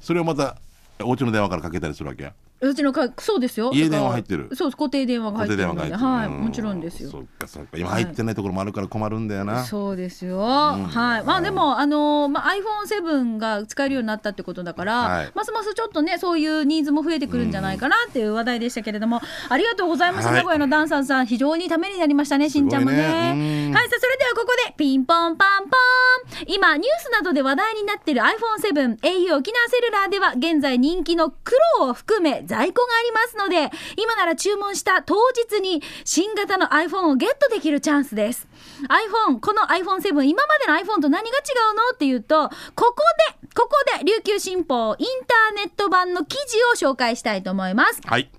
Speaker 2: それをまたお家の電話からかけたりするわけや。
Speaker 1: うちのかそうですよ
Speaker 2: 家電は入ってる
Speaker 1: そうです固定電話が入ってるのではい
Speaker 2: うん
Speaker 1: もちろんですよ
Speaker 2: そっかそっか今入ってないところもあるから困るんだよな。
Speaker 1: そうですよ、はいまあでもあのーまあ iPhone7 が使えるようになったってことだから、
Speaker 2: はい
Speaker 1: ますますちょっとねそういうニーズも増えてくるんじゃないかなっていう話題でしたけれども、ありがとうございました、
Speaker 2: はい
Speaker 1: 名古屋のダンサーさん非常にためになりましたねしんちゃんもね
Speaker 2: すごいねうん
Speaker 1: はいさあそれではここでピンポンパンポーン今ニュースなどで話題になっている iPhone7 au 沖縄セルラーでは現在人気の黒を含め在庫がありますので今なら注文した当日に新型の iPhone をゲットできるチャンスです iPhone この iPhone7 今までの iPhone と何が違うのっていうとここでここで琉球新報インターネット版の記事を紹介したいと思います
Speaker 2: はい。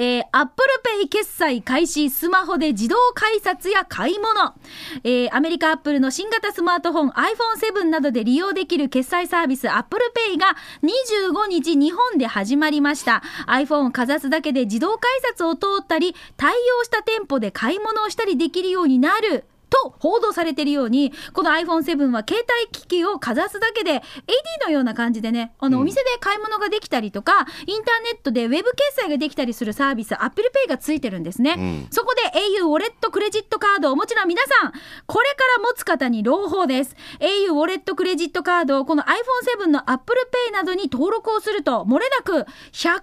Speaker 1: えー、Apple Pay 決済開始、スマホで自動改札や買い物。えー、アメリカ Apple の新型スマートフォン iPhone7 などで利用できる決済サービス Apple Pay が25日日本で始まりました。iPhone をかざすだけで自動改札を通ったり、対応した店舗で買い物をしたりできるようになる。と報道されているように、この iPhone7 は携帯機器をかざすだけで、AD のような感じでね、あの、お店で買い物ができたりとか、インターネットでウェブ決済ができたりするサービス、Apple Pay がついてるんですね。
Speaker 2: うん
Speaker 1: そこで au ウォレットクレジットカードをお持ちの皆さん、これから持つ方に朗報です。au ウォレットクレジットカードをこの iPhone7 の Apple Pay などに登録をすると、漏れなく100ウォレッ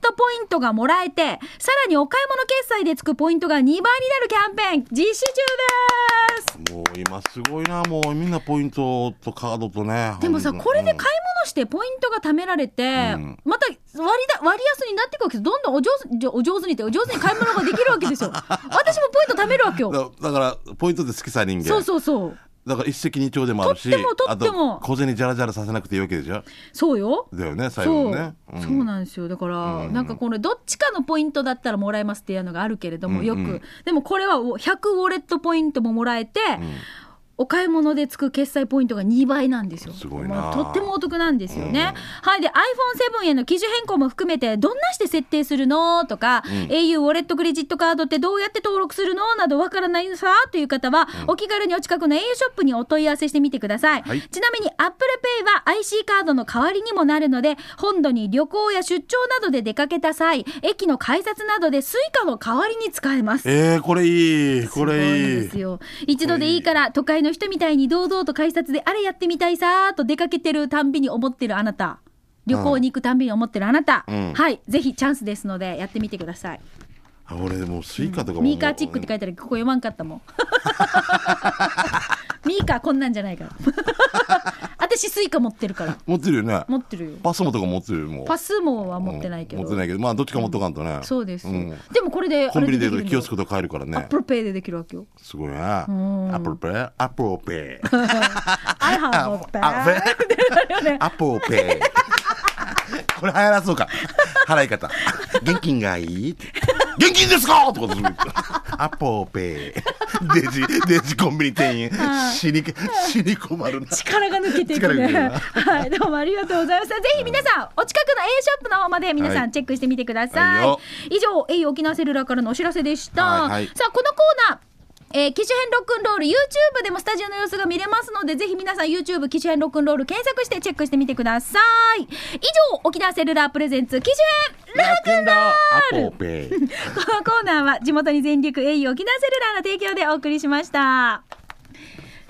Speaker 1: トポイントがもらえて、さらにお買い物決済でつくポイントが2倍になるキャンペーン、実施中です
Speaker 2: もう今すごいなもうみんなポイントとカードとね。
Speaker 1: でもさ、
Speaker 2: 本当
Speaker 1: これで買い物してポイントが貯められて、
Speaker 2: うん
Speaker 1: また割りだ割安になっていくわけです。どんどんお上手じょお上手にってお上手に買い物ができるわけです
Speaker 2: [LAUGHS]
Speaker 1: よ。私もポイント貯めるわけよ。
Speaker 2: うんだだからポイントって好きさ人間
Speaker 1: そうそうそう。
Speaker 2: だから一石二鳥でもあるし
Speaker 1: とってもとっても
Speaker 2: あと小銭じゃらじゃらさせなくていいわけでしょ
Speaker 1: そうよ。
Speaker 2: だよね最
Speaker 1: そ
Speaker 2: 後
Speaker 1: う、
Speaker 2: にねん
Speaker 1: そうなんですよだから、
Speaker 2: うん
Speaker 1: なんかこれどっちかのポイントだったらもらえますっていうのがあるけれども、
Speaker 2: うん
Speaker 1: よ
Speaker 2: う
Speaker 1: く
Speaker 2: ん
Speaker 1: でもこれはお100ウォレットポイントももらえて、お買い物でつく決済ポイントが2倍なんですよ
Speaker 2: すごいな
Speaker 1: まあとってもお得なんですよね、はいで iPhone7 への機種変更も含めてどんなして設定するのとか、au ウォレットクレジットカードってどうやって登録するのなどわからないさという方は、お気軽にお近くの au ショップにお問い合わせしてみてください、
Speaker 2: はい
Speaker 1: ちなみに Apple Pay は IC カードの代わりにもなるので、本土に旅行や出張などで出かけた際、駅の改札などで Suica の代わりに使えます。
Speaker 2: えー、これいいこれい
Speaker 1: そうなん
Speaker 2: い
Speaker 1: ですよ一度でいいから都会の人みたいに堂々と改札であれやってみたいさーと出かけてるたんびに思ってるあなた旅行に行くたんびに思ってるあなた、
Speaker 2: うん
Speaker 1: はいぜひチャンスですのでやってみてください
Speaker 2: あ俺でもスイカとかも
Speaker 1: ミーカーチックって書いてあるけどここ読まんかったもんミーカーこんなんじゃないから当て私スイカ持ってるから
Speaker 2: 持ってるよね
Speaker 1: 持ってるよ
Speaker 2: パスモとか持ってるよもう
Speaker 1: パスモは持ってないけど、
Speaker 2: うん持ってないけどまあどっちか持っとかんとね、
Speaker 1: そうです、
Speaker 2: ん
Speaker 1: でもこれで
Speaker 2: コンビニで
Speaker 1: あれでき
Speaker 2: 気
Speaker 1: る
Speaker 2: を
Speaker 1: ん
Speaker 2: つ
Speaker 1: だ
Speaker 2: くと買えるから
Speaker 1: アッ
Speaker 2: ね
Speaker 1: プルペイでできるわけよ
Speaker 2: すごいねア
Speaker 1: ん
Speaker 2: ップルペイアップルペイ
Speaker 1: アイハンドペイ
Speaker 2: あ
Speaker 1: [LAUGHS]
Speaker 2: べアポペイこれ流行らそうか払い方現金がいいって現金ですかってことするアポペイデジデジコンビニ店員死に死に
Speaker 1: [LAUGHS]
Speaker 2: 困るな
Speaker 1: 力が抜けていく
Speaker 2: 力が抜
Speaker 1: ね
Speaker 2: けるな
Speaker 1: はいどうもありがとうございましたぜひ皆さんお近くの A ショップの方まで皆さ
Speaker 2: は
Speaker 1: ん
Speaker 2: い
Speaker 1: チェックしてみてください、
Speaker 2: はいよ
Speaker 1: 以上 A 沖縄セルラーからのお知らせでした、
Speaker 2: はいはい
Speaker 1: さあこのコーナーえー、機種編ロックンロール YouTube でもスタジオの様子が見れますのでぜひ皆さん YouTube 機種編ロックンロール検索してチェックしてみてください以上沖縄セルラープレゼンツ機種編ロックンロール
Speaker 2: アポペ
Speaker 1: [LAUGHS]
Speaker 2: イ
Speaker 1: このコーナーは地元に全力 au 沖縄セルラーの提供でお送りしました。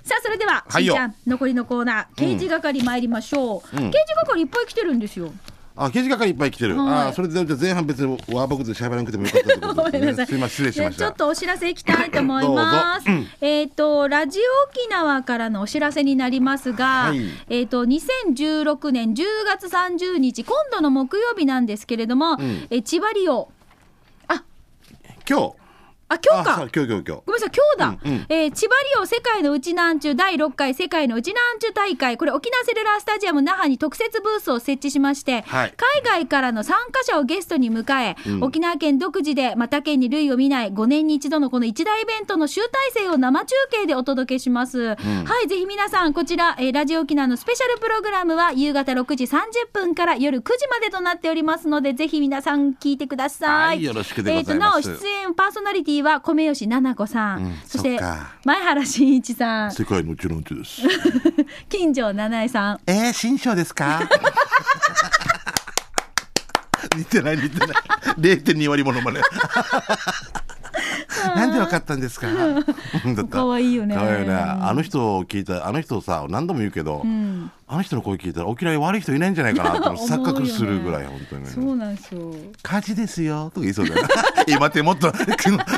Speaker 1: さあそれでは、
Speaker 2: は
Speaker 1: しん
Speaker 2: い
Speaker 1: ち
Speaker 2: よ
Speaker 1: ゃん残りのコーナー刑事係参りましょう、
Speaker 2: うん
Speaker 1: 刑事係いっぱい来てるんですよ
Speaker 2: あ刑事係いっぱい来てる
Speaker 1: はい
Speaker 2: あそれでじゃあ前半別にワーボクで喋らなくてもよかったってこ
Speaker 1: [LAUGHS]
Speaker 2: と
Speaker 1: ごめんな
Speaker 2: です
Speaker 1: さい
Speaker 2: ねすいません失礼しまし
Speaker 1: じゃあちょったとお知らせいきたいと思います。
Speaker 2: どう
Speaker 1: えっ、とラジオ沖縄からのお知らせになりますが、
Speaker 2: はい
Speaker 1: えっ、と2016年10月30日今度の木曜日なんですけれども、
Speaker 2: ん
Speaker 1: えー千葉リオ
Speaker 2: 今日
Speaker 1: あ今日
Speaker 2: あ
Speaker 1: か
Speaker 2: そう今日今日今日
Speaker 1: ごめんなさい、今日だ、
Speaker 2: うんうん
Speaker 1: えー千葉リオ世界のうちなんちゅう第6回世界のうちなんちゅう大会、これ、沖縄セルラースタジアム那覇に特設ブースを設置しまして、
Speaker 2: はい
Speaker 1: 海外からの参加者をゲストに迎え、
Speaker 2: うん
Speaker 1: 沖縄県独自で、まあ、他県に類を見ない5年に一度のこの一大イベントの集大成を生中継でお届けします。はい、ぜひ皆さん、こちら、えーラジオ沖縄のスペシャルプログラムは夕方6時30分から夜9時までとなっておりますので、ぜひ皆さん聞いてください。
Speaker 2: はいよろしくでございます
Speaker 1: えーとなお、出演パーソナリティは米吉七菜子さん、
Speaker 2: うん
Speaker 1: そして
Speaker 2: そっか
Speaker 1: 前原真一さん、
Speaker 2: 世界のうちのうちです
Speaker 1: 金城七重さん。
Speaker 2: えー、新章ですか [LAUGHS] 似てない似てない0.2割ものまね [LAUGHS] なんでわかったんですかだった
Speaker 1: 可愛いよね
Speaker 2: 可愛いよねあの人を聞いたあの人さ何度も言うけど、
Speaker 1: ん
Speaker 2: あの人の声聞いたらお嫌い悪い人いないんじゃないかな
Speaker 1: [LAUGHS]
Speaker 2: と
Speaker 1: 思うよ
Speaker 2: 錯
Speaker 1: ね
Speaker 2: 覚するぐらい本当に
Speaker 1: そうなんですよ。
Speaker 2: 火事ですよとか言いそうだよね [LAUGHS] 今っても [LAUGHS] っと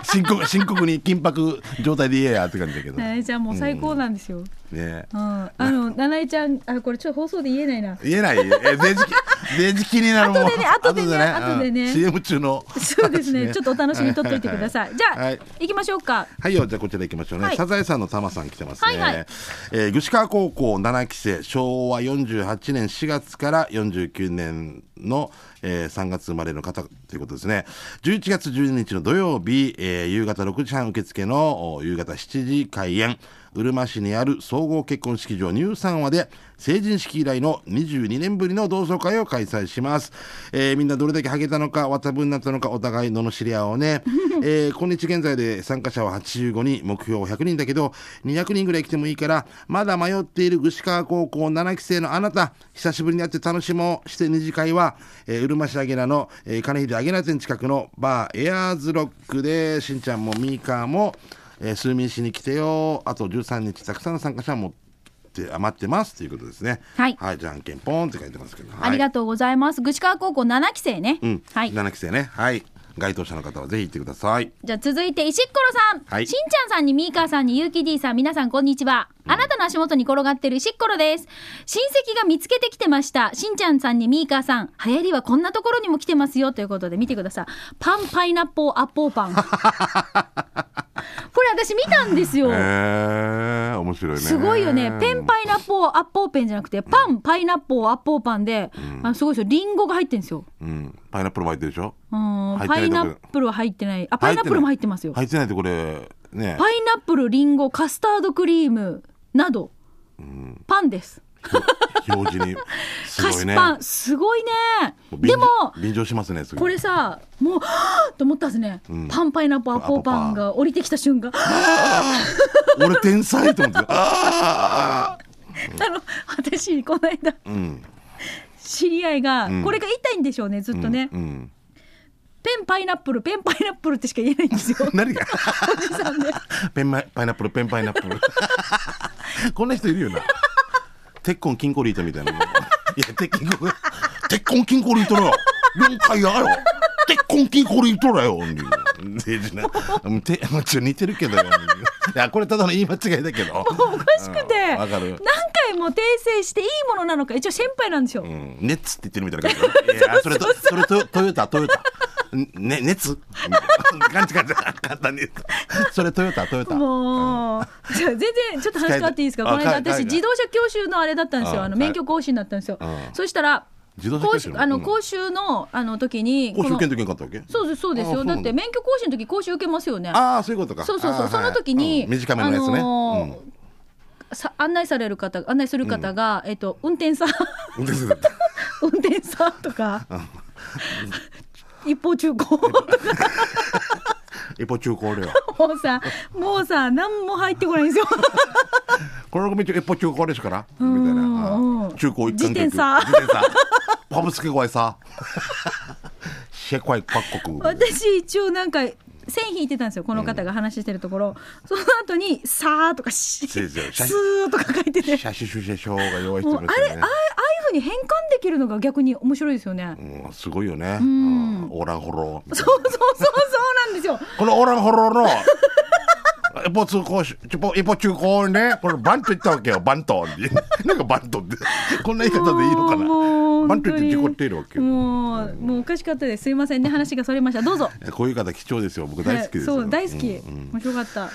Speaker 2: 深刻深刻に緊迫状態で言えやって感じだけど
Speaker 1: 七
Speaker 2: ね
Speaker 1: 重ちゃんもう最高なんですよ。うん、
Speaker 2: 言
Speaker 1: あの七重ちゃん、あ、これちょっと放送で言えないな。
Speaker 2: えないえデジキデジ気になるもん
Speaker 1: 後でね後でね後でね
Speaker 2: うん CM 中の
Speaker 1: そうですね。ちょっとお楽しみにとっといてください。じゃあ、
Speaker 2: はいい、
Speaker 1: 行きましょうか。
Speaker 2: はいよ、じゃあこちら行きましょうね。
Speaker 1: はい
Speaker 2: サザエさんのタマさん来てますね。
Speaker 1: はいはい
Speaker 2: えー、具志川高校7期生、昭和48年4月から49年の、えー、3月生まれの方ということですね。11月12日の土曜日、えー、夕方6時半受付のお夕方7時開演。うるま市にある総合結婚式場ニューサンワで成人式以来の22年ぶりの同窓会を開催します、えーみんなどれだけハゲたのかわたぶになったのかお互い罵り合お
Speaker 1: [LAUGHS]
Speaker 2: うね、えー今日現在で参加者は85人目標100人だけど200人ぐらい来てもいいからまだ迷っている具志川高校7期生のあなた久しぶりに会って楽しもうして二次会は、えーうるま市あげなの、えー金秀あげな店近くのバーエアーズロックでしんちゃんもみーかーもえー、数民しに来てよあと13日たくさんの参加者もって余ってますということですね
Speaker 1: はい
Speaker 2: はい、じゃんけんポンって書いてますけど、はい、
Speaker 1: あり
Speaker 2: と
Speaker 1: がとうございます。具志川高校七期生ね。
Speaker 2: う、うん
Speaker 1: はい。
Speaker 2: 7期生ねはい該当者の方はぜひ行ってください
Speaker 1: じゃあ続いて石っころさん、
Speaker 2: はい
Speaker 1: しんちゃんさんにみーかーさんにゆうき D さん皆さんこんにちはあなたの足元に転がってる石っころです親戚が見つけてきてましたしんちゃんさんにみーかーさん流行りはこんなところにも来てますよということで見てくださいパンパイナッポーアッポー
Speaker 2: [LAUGHS]
Speaker 1: パンこれ私見たんですよ、
Speaker 2: へえー、面白いね
Speaker 1: すごいよね。ペンパイナッポーアッポーペンじゃなくて、パン、パイナッポーアッポーパンで、あのすごいですよ。リンゴが入ってるんですよ。
Speaker 2: うんパイナップルも入ってるでしょ
Speaker 1: うん
Speaker 2: 入ってないとこ
Speaker 1: パイナップルは入ってない。あ、パイナップルも入ってますよ。
Speaker 2: 入ってないとこれね
Speaker 1: パイナップル、リンゴ、カスタードクリームなど、パンです。
Speaker 2: 表示にす
Speaker 1: 菓
Speaker 2: ごい
Speaker 1: 子
Speaker 2: ね
Speaker 1: パン、すごいね。
Speaker 2: う便
Speaker 1: で
Speaker 2: 乗
Speaker 1: も、
Speaker 2: 便乗しますねすぐ
Speaker 1: これさ、もう、 [GASPS] はぁと思ったんですね。
Speaker 2: ん
Speaker 1: パンパイナップルアッポーパンが降りてきた瞬間、
Speaker 2: 俺天才と思ってああ
Speaker 1: [LAUGHS] あの、私、この間、
Speaker 2: うん
Speaker 1: 知り合いが、
Speaker 2: ん
Speaker 1: これが痛いんでしょうね、ずっとね。
Speaker 2: うん、
Speaker 1: ペンパイナップル、ペンパイナップルってしか言えないんですよ。
Speaker 2: 何が
Speaker 1: おじさんで。
Speaker 2: ペンマイパイナップルペンパイナップルこんな人いるよな鉄痕金庫リートみたいないや鉄筋コ鉄痕金庫リートだよ4回やろ鉄痕金庫リートだよデジなうんてちょ似てるけどよいやこれただの言い間違いだけど
Speaker 1: おかしくて、
Speaker 2: うんわ
Speaker 1: 何
Speaker 2: か
Speaker 1: 回
Speaker 2: る
Speaker 1: 言円も訂正していいものなのか一応先輩なんですよ、
Speaker 2: うん、熱って言ってるみたいな感じだねいやそれとそれとトヨタトヨタね熱みたいな感じ感じ簡単に言うとそれトヨタトヨタ
Speaker 1: もう、じゃあ全然ちょっと話変わっていいですか、
Speaker 2: 使
Speaker 1: こ
Speaker 2: え
Speaker 1: の間、
Speaker 2: た [LAUGHS] あはい
Speaker 1: 私、
Speaker 2: はい
Speaker 1: 自動車教習のあれだったんですよ、
Speaker 2: あ
Speaker 1: あの
Speaker 2: はい
Speaker 1: 免許講習になったんですよ
Speaker 2: あ。
Speaker 1: そしたら、
Speaker 2: 自動車
Speaker 1: 講
Speaker 2: 教習
Speaker 1: 習
Speaker 2: の
Speaker 1: あの
Speaker 2: うん
Speaker 1: 講習のあの時に、
Speaker 2: 講
Speaker 1: こ
Speaker 2: 習
Speaker 1: の
Speaker 2: 受けんときに買ったわけ
Speaker 1: そうです、そうです
Speaker 2: あ
Speaker 1: よ、
Speaker 2: そうな
Speaker 1: だ
Speaker 2: ん
Speaker 1: って免許講習の時講習受けますよね。
Speaker 2: ああそういうことか
Speaker 1: そうそうそう
Speaker 2: あー
Speaker 1: その時に
Speaker 2: うん短めのやつ
Speaker 1: あ
Speaker 2: ね、
Speaker 1: のー
Speaker 2: うん
Speaker 1: さ案内される方、案内する方が、えっと運転
Speaker 2: [LAUGHS]
Speaker 1: さん、
Speaker 2: 運転手だった
Speaker 1: 運転さんとか、一方中高とか。
Speaker 2: 一方中高では
Speaker 1: もうさ、もうさ、何も入ってこないんですよ。
Speaker 2: この組一方中高ですからみたい
Speaker 1: ん
Speaker 2: な
Speaker 1: うん
Speaker 2: うん中高一貫
Speaker 1: 自転車
Speaker 2: 自転車パブスケ怖いさ [LAUGHS] シェコイパッコク
Speaker 1: 私一応なんか線引いてたんですよこの方が話してるところ、その後に「さー」とか「し」「 [LAUGHS] す
Speaker 2: そうですよ写真
Speaker 1: ー」とか書いてて
Speaker 2: 車種主車証が弱い人
Speaker 1: もう
Speaker 2: もいる
Speaker 1: あ
Speaker 2: し
Speaker 1: れあ
Speaker 2: ね
Speaker 1: あああいうふうに変換できるのが逆に面白いですよね、
Speaker 2: うんすごいよね、うんオーランホロー
Speaker 1: そうそうそうそうなんですよ
Speaker 2: このオーランホローの [LAUGHS] 一歩通行し一歩一歩中高ねこれバンと言ったわけよバントに [LAUGHS] なんかバントってこんな言い方でいいのか
Speaker 1: もう
Speaker 2: なバント言って事故っているわけよ
Speaker 1: もうもうおかしかったですすいませんね話がそれましたどうぞ
Speaker 2: こういう方貴重ですよ僕大好きですよ、
Speaker 1: はいそう大好き、
Speaker 2: うんうん
Speaker 1: 面白かった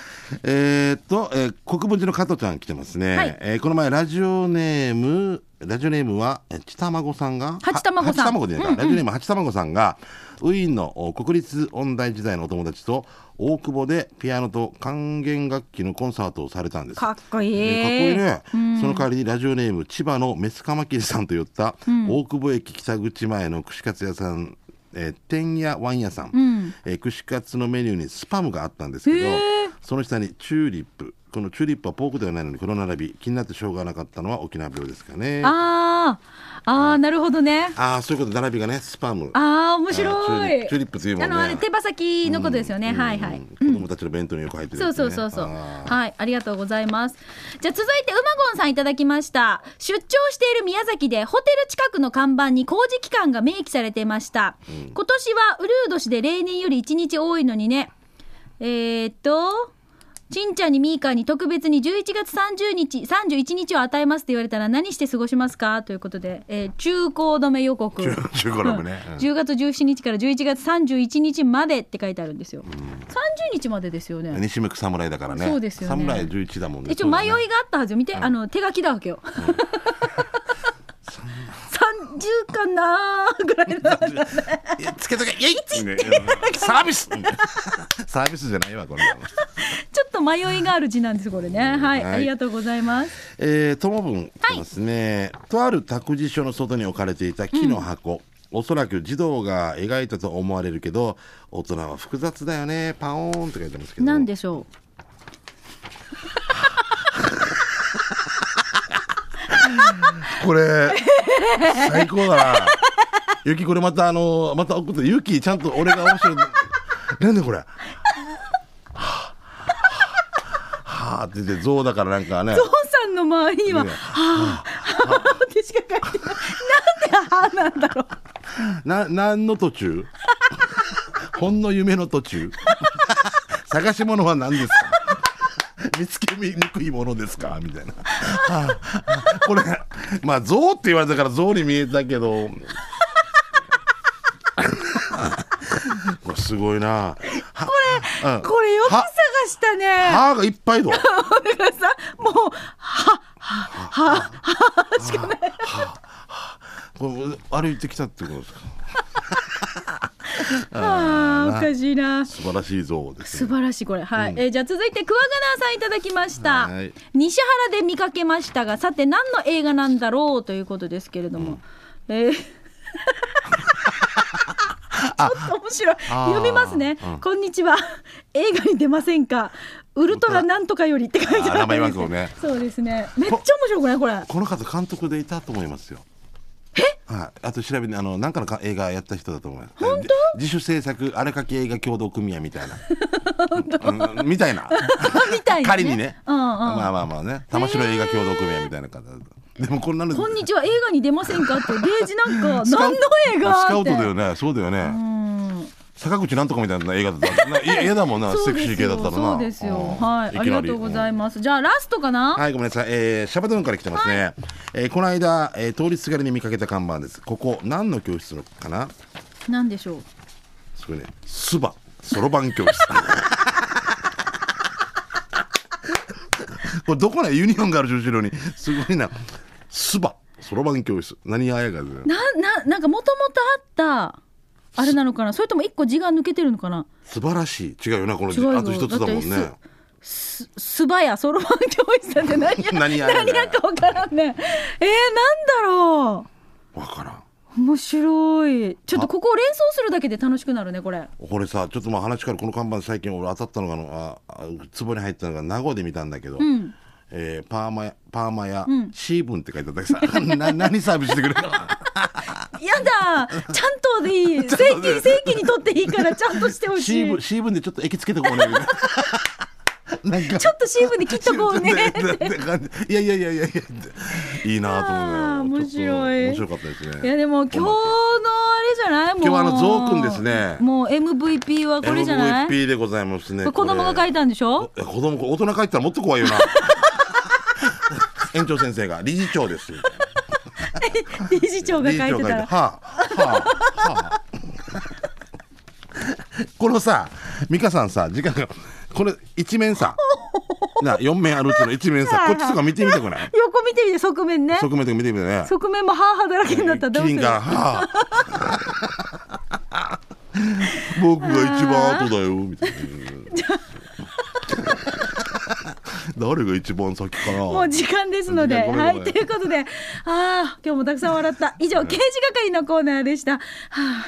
Speaker 2: えーっと、えー国分寺の加藤ちゃん来てますね、
Speaker 1: はい
Speaker 2: えーこの前ラジオネームラジオネームはえーちたまごさんが
Speaker 1: はちたまごさん
Speaker 2: ははちたまごでいいのかラジオネームはちたまごさんがウィーンのお国立音大時代のお友達と大久保でピアノと管弦楽器のコンサートをされたんです
Speaker 1: かっこいい、
Speaker 2: ねかっこいいね、その代わりにラジオネーム千葉のメスカマキリさんと言った、大久保駅北口前の串カツ屋さんえー天屋ワン屋さん、えー串カツのメニューにスパムがあったんですけど
Speaker 1: へー
Speaker 2: その下にチューリップこのチューリップはポークではないのにこの並び気になってしょうがなかったのは沖縄病ですかねあ
Speaker 1: あーあーなるほどね
Speaker 2: あーそういうこと並びがねスパム
Speaker 1: ああ面白
Speaker 2: あ
Speaker 1: い
Speaker 2: ーチューリップチューリップというもんね
Speaker 1: あのあれ手羽先のことですよね、
Speaker 2: うん
Speaker 1: はいはい、
Speaker 2: 子供たちの弁当によく入ってる
Speaker 1: そ
Speaker 2: や
Speaker 1: う
Speaker 2: つね、
Speaker 1: そうそうそう
Speaker 2: あー
Speaker 1: はいありがとうございますじゃあ続いてうまごんさんいただきました出張している宮崎でホテル近くの看板に工事期間が明記されてました、今年はウルー年で例年より1日多いのにねえー、っとちんちゃんにみーかんに特別に11月30日31日を与えますって言われたら何して過ごしますかということで、えー中高止め予告
Speaker 2: 中 [LAUGHS] 中高止めね、うん
Speaker 1: 10月17日から11月31日までって書いてあるんですよ、30日までですよね
Speaker 2: 西向く侍だからね
Speaker 1: そうですよね
Speaker 2: 侍11だもんね
Speaker 1: 一応迷いが
Speaker 2: そうだね
Speaker 1: あったはずよ見て、あの手書きだわけよ、30かなーぐら [LAUGHS] いの
Speaker 2: いやつけとけ、いサー
Speaker 1: [LAUGHS]
Speaker 2: ビス。サービスじゃないわ、これ。
Speaker 1: ちょっと迷いがある字なんですこれねはい、
Speaker 2: はい
Speaker 1: ありがとうございます
Speaker 2: えー、ともぶん、来てますね、とある託児所の外に置かれていた木の箱。おそらく児童が描いたと思われるけど大人は複雑だよねパオーンって書いてますけど
Speaker 1: 何でしょ
Speaker 2: これ最高だなゆきこれまたあのまた送ってゆきちゃんと俺が面白いなんでこれはあはあって言って象だからなんかね
Speaker 1: う父さんの周りには「
Speaker 2: ね
Speaker 1: はあ」はあってしか書いてないなんで「はあ」なんだろう
Speaker 2: な、何の途中 [LAUGHS] ほんの夢の途中探し物は何ですか見つけにくいものですかみたいな。ああこれ、まあ、象って言われたから象に見えたけど。これすごいな。これ、うん、
Speaker 1: これよく探したね
Speaker 2: 歯がいっぱいだ。
Speaker 1: だからさもう「はははは
Speaker 2: これ歩いてきたってことですか
Speaker 1: はあおかしいな」
Speaker 2: 素晴らしい象です
Speaker 1: 素
Speaker 2: ね。
Speaker 1: 晴らしいこれはい、えーじゃあ続いてクワガナーさんいただきました
Speaker 2: はい
Speaker 1: 西原で見かけましたがさて何の映画なんだろうということですけれども、えーち [LAUGHS] ょっと面白い
Speaker 2: あー
Speaker 1: 読みますね、こんにちは [LAUGHS] 映画に出ませんかウルトラなんとかよりって書いてある
Speaker 2: あ名
Speaker 1: んで
Speaker 2: 前
Speaker 1: す
Speaker 2: 言わんけどね
Speaker 1: そうですねめっちゃ面白くないこれ
Speaker 2: この方監督でいたと思いますよ。え？はい。あと調べてあのなんかのか映画やった人だと思います。本当？自主制作あれかけ映画協同組合みたいな。うんみたい
Speaker 1: [LAUGHS]
Speaker 2: な。
Speaker 1: みたいな、
Speaker 2: 仮にね。
Speaker 1: うんうん、
Speaker 2: まあまあまあね。玉城映画協同組合みたいな方だと。でもこんなの。
Speaker 1: こんにちは映画
Speaker 2: [LAUGHS]
Speaker 1: に出ませんかってゲージなんか
Speaker 2: スカ
Speaker 1: 何
Speaker 2: ウ
Speaker 1: の映画って
Speaker 2: スカウトだよね。そうだよね。
Speaker 1: うん
Speaker 2: 坂口なんとかみたいな映画だったらない嫌だもんな
Speaker 1: そ
Speaker 2: セ
Speaker 1: う
Speaker 2: ク
Speaker 1: で
Speaker 2: シ
Speaker 1: す
Speaker 2: ー
Speaker 1: よ
Speaker 2: 系だったらな
Speaker 1: そうですよ。はい。ありがとうござ
Speaker 2: ます
Speaker 1: います。じゃあラストかな。
Speaker 2: はい、ごめんなさい。えー、シャバドゥンから来てますね。えーこの間、えー通りすがりに見かけた看板です。ここ、何の教室のかな
Speaker 1: なんでしょう。
Speaker 2: すごいね。スバ、そろばん教室。これ、どこねユニオンがある後ろに。すごいな。スバ、そろばん教室。何ややがず。
Speaker 1: なななんかもともとあったあれなのかな。それとも一個字が抜けてるのかな。
Speaker 2: 素晴らしい。違うよな、この字
Speaker 1: 違うよ
Speaker 2: あと一つだもんね。
Speaker 1: だってす素早そろばん教室なんて何や
Speaker 2: [LAUGHS] 何や
Speaker 1: 何やかわからんね。えー、なんだろう。
Speaker 2: わからん。
Speaker 1: 面白いちょっとここを連想するだけで楽しくなるねこれ
Speaker 2: これさちょっとまあ話からこの看板最近俺当たったのがあのああ壺に入ったのが名護で見たんだけど、
Speaker 1: ん
Speaker 2: えーパーマやパーマや、
Speaker 1: ん
Speaker 2: シーブンって書いてあったけどさな何サービスしてくれるの
Speaker 1: やだちゃんとで
Speaker 2: [LAUGHS]
Speaker 1: いい正規正規にとっていいからちゃんとしてほし
Speaker 2: シーブ
Speaker 1: い
Speaker 2: ンシーブンでちょっと液つけてこうねみたいななんか
Speaker 1: ちょっとシーブに切っとこうね
Speaker 2: いやいやいやいやいやいいなと思う
Speaker 1: あ
Speaker 2: ね
Speaker 1: ー面白い
Speaker 2: ちょっと面白かったですね
Speaker 1: いやでも今日のあれじゃないもう
Speaker 2: 今日はあのゾウくんですね
Speaker 1: もう MVP はこれじゃない、
Speaker 2: MVP でございますね
Speaker 1: これ子供が書いたんでしょ
Speaker 2: いや子供これ大人帰ったらもっと怖いよな園長先生が理事長です
Speaker 1: 理事長が書い
Speaker 2: 理
Speaker 1: て
Speaker 2: 事
Speaker 1: た
Speaker 2: 長が
Speaker 1: ら
Speaker 2: はあはあはあこのさ美香さんさ時間がこれ一面
Speaker 1: [LAUGHS]
Speaker 2: さな4面あるうちの一面さ
Speaker 1: はいはい
Speaker 2: こっちとか見てみたくない
Speaker 1: 横見てみて側面ね
Speaker 2: 側面とか見てみてね
Speaker 1: 側面もハーハーだらけになったらどうす
Speaker 2: 金
Speaker 1: る
Speaker 2: がはあ僕が一番後だよみ
Speaker 1: [LAUGHS]
Speaker 2: たいな誰が一番先かな
Speaker 1: もう時間ですので、
Speaker 2: 時間ごめん
Speaker 1: は
Speaker 2: ご
Speaker 1: い、
Speaker 2: めん
Speaker 1: ということで、ああ、今日もたくさん笑った。以上、刑事係のコーナーでした。はあ。